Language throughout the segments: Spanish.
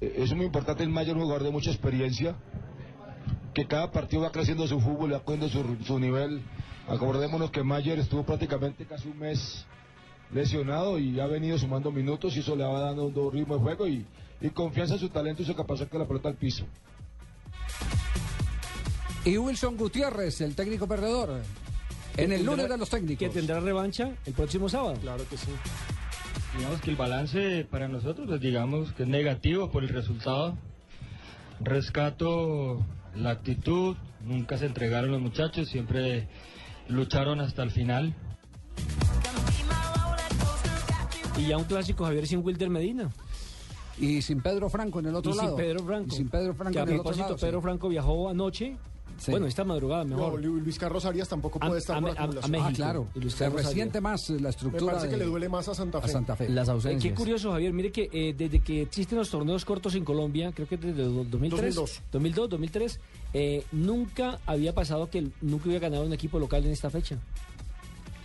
Eh, es muy importante el mayor jugador de mucha experiencia, que cada partido va creciendo su fútbol, va cogiendo su, su nivel. Acordémonos que Mayer estuvo prácticamente casi un mes lesionado y ha venido sumando minutos y eso le va dando un ritmo de juego y, y confianza en su talento y su capacidad que la pelota al piso. Y Wilson Gutiérrez, el técnico perdedor, en el lunes de los técnicos. Que tendrá revancha el próximo sábado. Claro que sí. Digamos que el balance para nosotros, pues digamos que es negativo por el resultado. Rescato la actitud, nunca se entregaron los muchachos, siempre lucharon hasta el final. Y ya un clásico Javier sin Wilder Medina. Y sin Pedro Franco en el otro y lado. Sin Pedro Franco. Y sin Pedro Franco que a en el otro propósito, lado. sí. Pedro Franco viajó anoche. Sí. Bueno, esta madrugada mejor. Eh, No, Lu- Luis Carlos Arias tampoco A- puede estar a- por a- a acumulación. México. Ah, claro. Y Luis Se Carlos resiente más eh, la Me estructura parece que de- le duele más a Santa Fe. a Santa Fe. Las Eh, qué ausencias. curioso, Javier. Mire que eh, desde que existen los torneos cortos en Colombia, creo que desde do- 2003, 2002. 2002, 2003, eh, nunca había pasado que el- nunca hubiera ganado un equipo local en esta fecha.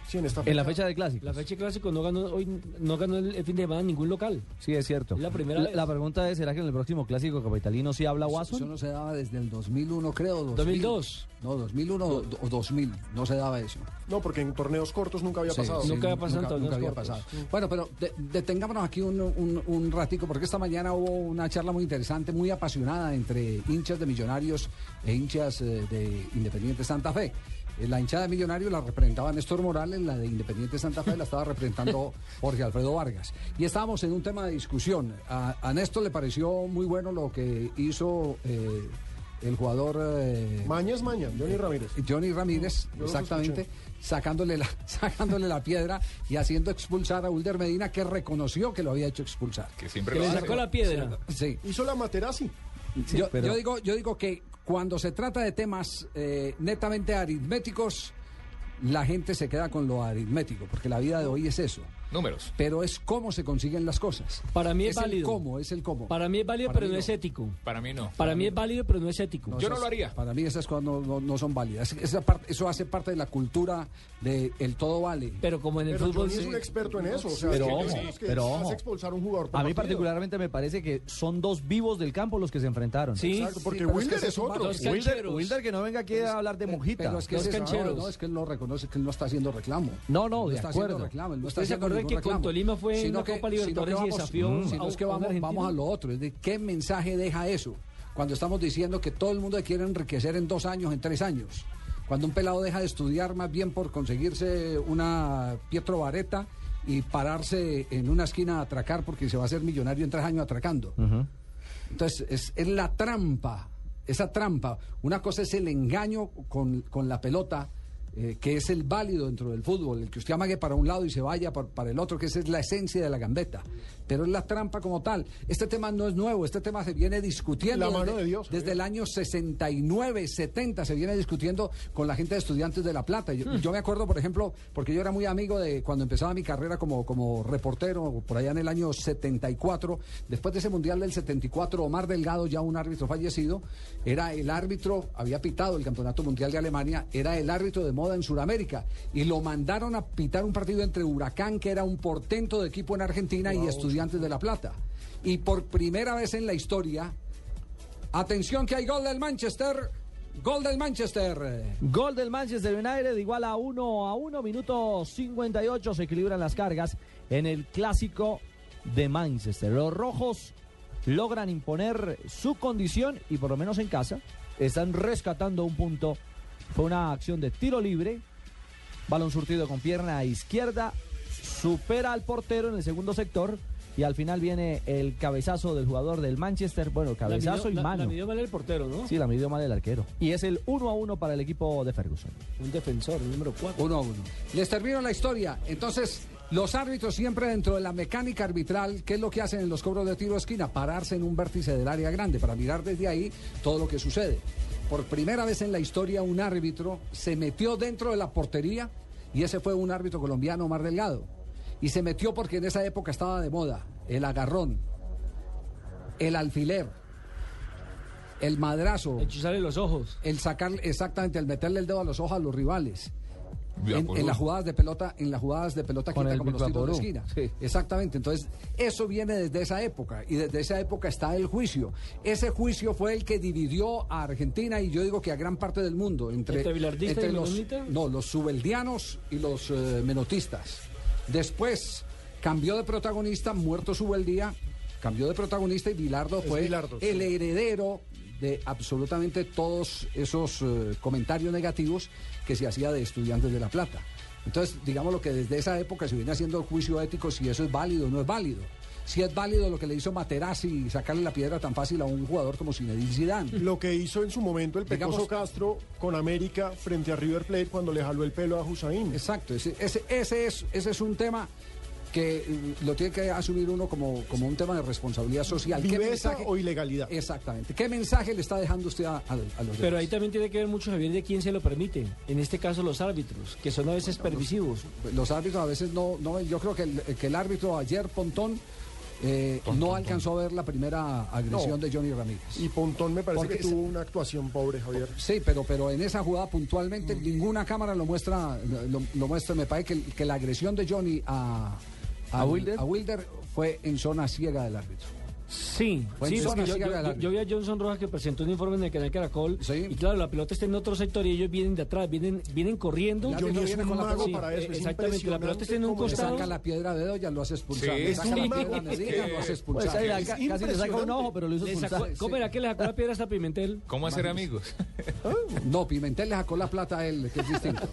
Sí, en esta En la fecha de clásico. La fecha de clásico no ganó hoy, no ganó el, el fin de semana ningún local. Sí, es cierto. Es la primera vez. pregunta es, ¿será que en el próximo clásico capitalino sí habla Eso, eso Watson? no se daba desde el 2001, creo. 2000. 2002. No, 2001 o o 2000. No se daba eso. No, porque en torneos cortos nunca había Sí, pasado. sí, Nunca había pasado en nunca- torneos nunca había cortos. pasado. Bueno, pero de- detengámonos aquí un, un- un ratico, porque esta mañana hubo una charla muy interesante, muy apasionada entre hinchas de Millonarios e hinchas eh, de Independiente Santa Fe. Eh, La hinchada de Millonarios la representaba Néstor Morales, la de Independiente Santa Fe la estaba representando Jorge Alfredo Vargas. Y estábamos en un tema de discusión. A, a Néstor le pareció muy bueno lo que hizo eh, el jugador... eh, Mañas, maña, Johnny Ramírez. Johnny Ramírez, Yo los exactamente, sacándole la, sacándole la piedra y haciendo expulsar a Ulder Medina, que reconoció que lo había hecho expulsar. Que siempre Que lo le hace. sacó la piedra. Sí. Hizo la Materazzi. yo, pero- yo digo, yo digo que cuando se trata de temas eh, netamente aritméticos, la gente se queda con lo aritmético, porque la vida de hoy es eso. Números. Pero es cómo se consiguen las cosas. Para mí es el válido. cómo, es el cómo. Para mí es válido, Para pero mí no no. es ético. Para mí no. Para mí es válido, pero no es ético. Yo no esas- lo haría. Para mí esas cosas no, no- no son válidas. Esa parte- eso hace parte de la cultura del el todo vale. Pero como en el Pero fútbol. Johnny es sí. un experto en eso. O sea, Pero es que ojo, es que pero hace ojo. expulsar a un jugador. por A mí partido. particularmente me parece que son dos vivos del campo los que se enfrentaron. Sí. Exacto, porque Sí, pero es Wilder que se es, suman otro. los que- Wilder, Cancheros. Wilder que no venga aquí a hablar de monjita. Pero es que Los es eso, cancheros. no, es que él no reconoce que él no está haciendo reclamo. No, no, de está acuerdo. haciendo reclamo. él no está ¿Ustedes se haciendo ningún acuerdan que con reclamo. Tolima fue en Sino la que- Copa sino que Libertadores y vamos- desafió Mm. a- sino es que a un vamos, argentino? vamos a lo otro. Es de qué mensaje deja eso cuando estamos diciendo que todo el mundo quiere enriquecer en dos años, en tres años. Cuando un pelado deja de estudiar más bien por conseguirse una Pietro Vareta y pararse en una esquina a atracar porque se va a hacer millonario en tres años atracando. Entonces, es, es la trampa, esa trampa. Una cosa es el engaño con, con la pelota, eh, que es el válido dentro del fútbol, el que usted amague para un lado y se vaya por- para el otro, que esa es la esencia de la gambeta. Pero es la trampa como tal. Este tema no es nuevo, este tema se viene discutiendo La mano desde, de Dios, eh. desde el año 69, 70, se viene discutiendo con la gente de estudiantes de La Plata. Yo, yo me acuerdo, por ejemplo, porque yo era muy amigo de cuando empezaba mi carrera como, como reportero, por allá en el año 74, después de ese Mundial del 74, Omar Delgado, ya un árbitro fallecido, era el árbitro, había pitado el Campeonato Mundial de Alemania, era el árbitro de moda en Sudamérica, y lo mandaron a pitar un partido entre Huracán, que era un portento de equipo en Argentina, y estudiantes de La Plata. Y por primera vez en la historia, Atención que hay gol del Manchester. Gol del Manchester. Gol del Manchester United igual a 1 a 1, minuto 58, se equilibran las cargas en el clásico de Manchester. Los rojos logran imponer su condición y por lo menos en casa están rescatando un punto. Fue una acción de tiro libre, balón surtido con pierna izquierda, supera al portero en el segundo sector y al final viene el cabezazo del jugador del Manchester, bueno, La midió- cabezazo y la- La mano. midió mal el portero, ¿no? Sí, la midió mal el arquero. Y es el 1 a 1 para el equipo de Ferguson. Un defensor, el número 4. Uno a uno. Les termino la historia. Entonces, los árbitros siempre dentro de la mecánica arbitral, ¿qué es lo que hacen en los cobros de tiro de esquina? Pararse en un vértice del área grande para mirar desde ahí todo lo que sucede. Por primera vez en la historia, un árbitro se metió dentro de la portería y ese fue un árbitro colombiano, Omar Delgado. Y se metió porque en esa época estaba de moda el agarrón, el alfiler, el madrazo. Echuzarle los ojos. el sacar exactamente el meterle el dedo a los ojos a los rivales De en, acuerdo. en las jugadas de pelota, en las jugadas de pelota Con quita el como los tiros de Bipaporú. esquina. Sí. Exactamente. Entonces, eso viene desde esa época y desde esa época está el juicio. Ese juicio fue el que dividió a Argentina y yo digo que a gran parte del mundo entre, ¿Entre ¿Este bilardista y los menonita? no, los subeldianos y los eh, menotistas. Después cambió de protagonista, muerto Subeldía, cambió de protagonista y Bilardo Es fue Bilardo, sí. el heredero de absolutamente todos esos eh, comentarios negativos que se hacía de estudiantes de La Plata. Entonces, digamos lo que desde esa época se viene haciendo el juicio ético si eso es válido o no es válido. Si es válido lo que le hizo Materazzi, sacarle la piedra tan fácil a un jugador como Zinedine Zidane. Lo que hizo en su momento el Pecoso Digamos- Castro con América frente a River Plate cuando le jaló el pelo a Hussein. Exacto, ese, ese, ese es, ese es un tema que mm, lo tiene que asumir uno como, como un tema de responsabilidad social. ¿Qué Viveza mensaje- o ilegalidad. Exactamente. ¿Qué mensaje le está dejando usted a, a- a los Pero demás? ahí también tiene que ver mucho, Javier, de quién se lo permite. En este caso, los árbitros, que son a veces permisivos. Los árbitros a veces no, no ven. Yo creo que el, que el árbitro ayer, Pontón, eh, no alcanzó a ver la primera agresión No. de Johnny Ramírez. Y Pontón me parece Porque que se- tuvo una actuación pobre, Javier. Sí, pero, pero en esa jugada puntualmente Mm. ninguna cámara lo muestra, lo, lo muestra. Me parece que, que la agresión de Johnny a, ¿A Wilder? fue en zona ciega del árbitro. Sí, Fue sí, en porque zona, yo, siga yo- adelante. yo vi a Johnson Rojas que presentó un informe en el canal Caracol. Sí. Y claro, la pelota está en otro sector y ellos vienen de atrás, vienen, vienen corriendo. El árbitro Johnny es viene un con la mago pelota. para eso. es exactamente, la pelota está en un impresionante cómo Le le costado. saca la piedra de Doya, lo hace expulsar. Sí, le es saca un la mago piedra de Medina, lo hace que- expulsar. Pues ahí la- Es ca- casi le saca un impresionante. ojo, pero lo hizo Le sacó- expulsar. ¿Cómo era que le sacó la piedra hasta Pimentel? ¿Cómo hacer amigos? No, Pimentel le sacó la plata a él, que es distinto.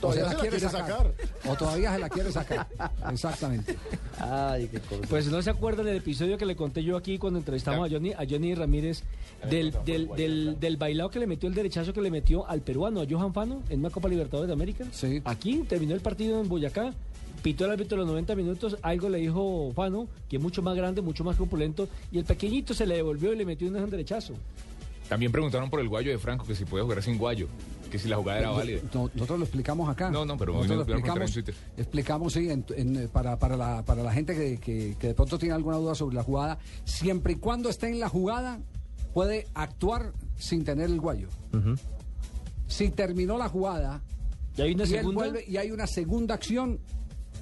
O Todavía se la quiere sacar. O todavía se la quiere sacar. Exactamente. Ay, qué cosa. Pues no se acuerdan del episodio que le conté yo aquí cuando entrevistamos a Johnny, a Johnny Ramírez del, del, del, del bailado que le metió, el derechazo que le metió al peruano, a Johan Fano, en una Copa Libertadores de América. Sí. Aquí terminó el partido en Boyacá, pitó el árbitro los 90 minutos, algo le dijo Fano, que es mucho más grande, mucho más corpulento, y el pequeñito se le devolvió y le metió un derechazo. También preguntaron por el guayo de Franco, que si podía jugar sin guayo, que si la jugada Pues, era válida. No- nosotros lo explicamos acá. No, no, pero hoy nosotros me voy a encontrar en Twitter. Explicamos, sí, en- en, eh, para, para, la, para la gente que, que- que de pronto tiene alguna duda sobre la jugada. Siempre y cuando esté en la jugada, puede actuar sin tener el guayo. Si terminó la jugada Y hay una y, él segunda. vuelve y hay una segunda acción,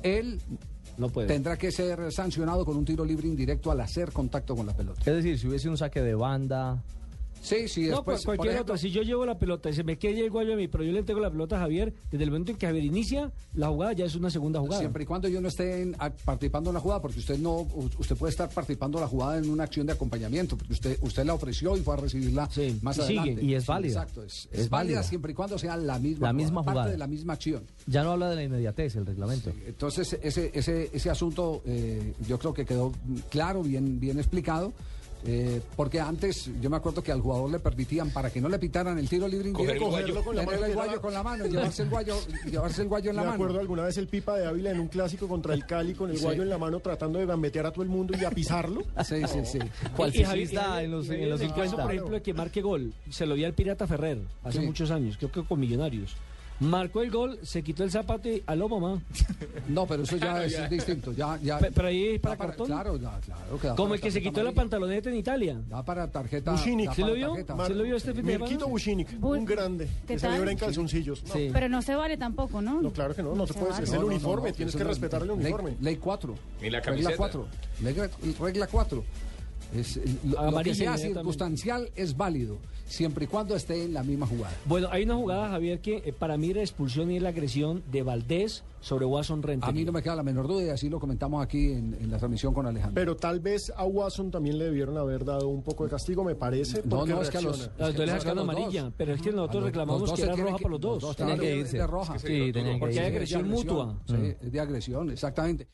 él No puede. tendrá que ser sancionado con un tiro libre indirecto al hacer contacto con la pelota. Es decir, si hubiese un saque de banda, Sí, sí, No, después. cual- cualquier por ejemplo, otro. Si yo llevo la pelota y se me queda el guayo a mí, pero yo le entrego la pelota a Javier, desde el momento en que Javier inicia, la jugada ya es una segunda jugada. Siempre y cuando yo no esté en- a- participando en la jugada, porque usted no, u- usted puede estar participando en la jugada en una acción de acompañamiento, porque usted, usted la ofreció y fue a recibirla Sí, más y sigue, adelante. y es válida. Exacto, es, es válida Es válida. siempre y cuando sea la misma, La misma jugada. parte de la misma acción. ya no habla de la inmediatez el reglamento. Entonces, ese, ese, ese asunto eh, yo creo que quedó mm, claro, bien, bien explicado. eh, porque antes yo me acuerdo que al jugador le permitían para que no le pitaran el tiro libre Coger el indirecto, guayo. Con la tener el mano guayo tirada. con la mano, llevarse el guayo, llevarse el guayo en la Me mano. acuerdo alguna vez el Pipa de Ávila en un clásico contra el Cali con el guayo en la mano tratando de gambetear a todo el mundo y a pisarlo. Sí, sí, sí. ¿Cuál Y Javier- ciclista y Javier- en los- y Javier en los el caso, 50? por ejemplo, de que marque gol, se lo vi al Pirata Ferrer hace Sí. muchos años, creo que con Millonarios. Marcó el gol, se quitó el zapato y aló mamá. No, pero eso ya es distinto. Ya, ya, Pe- pero ahí es da para cartón. Claro, da- claro. que da Como para el que se tarjeta quitó la amarilla. pantaloneta en Italia. Da para tarjeta. Bushinic. da ¿Se ¿Sí para lo vio? tarjeta. ¿Se lo vio este fin de semana? Mirquito Bushinic, Bu- un grande, ¿Qué que tal? celebra en calzoncillos. No, Sí. Pero no se vale tampoco, ¿no? no, claro que no, no, te se puedes. vale. Es No, el no, no, uniforme, no, tienes eso que no- respetar el ley- uniforme. Ley 4. Ni la regla camiseta. 4. Regla, regla 4. Es, el- lo, lo que Amarilla sea inmediatamente. circunstancial es válido, siempre y cuando esté en la misma jugada. Bueno, hay una jugada, Javier, que eh, para mí era expulsión y es la agresión de Valdés sobre Watson Rentería. A mí no me queda la menor duda y así lo comentamos aquí en, en la transmisión con Alejandro. Pero tal vez a Watson también le debieron haber dado un poco de castigo, me parece. No, porque no, es que a los- reacciona. Las Es que dos le no sacaron son los amarilla, dos. pero es que A los- nosotros reclamamos los dos que se era tienen roja que- para los dos. tienen Tenían que de- irse. de roja. Es que se Sí, dieron tenían duro. que Porque hay irse. agresión mutua. Sí, de agresión, exactamente.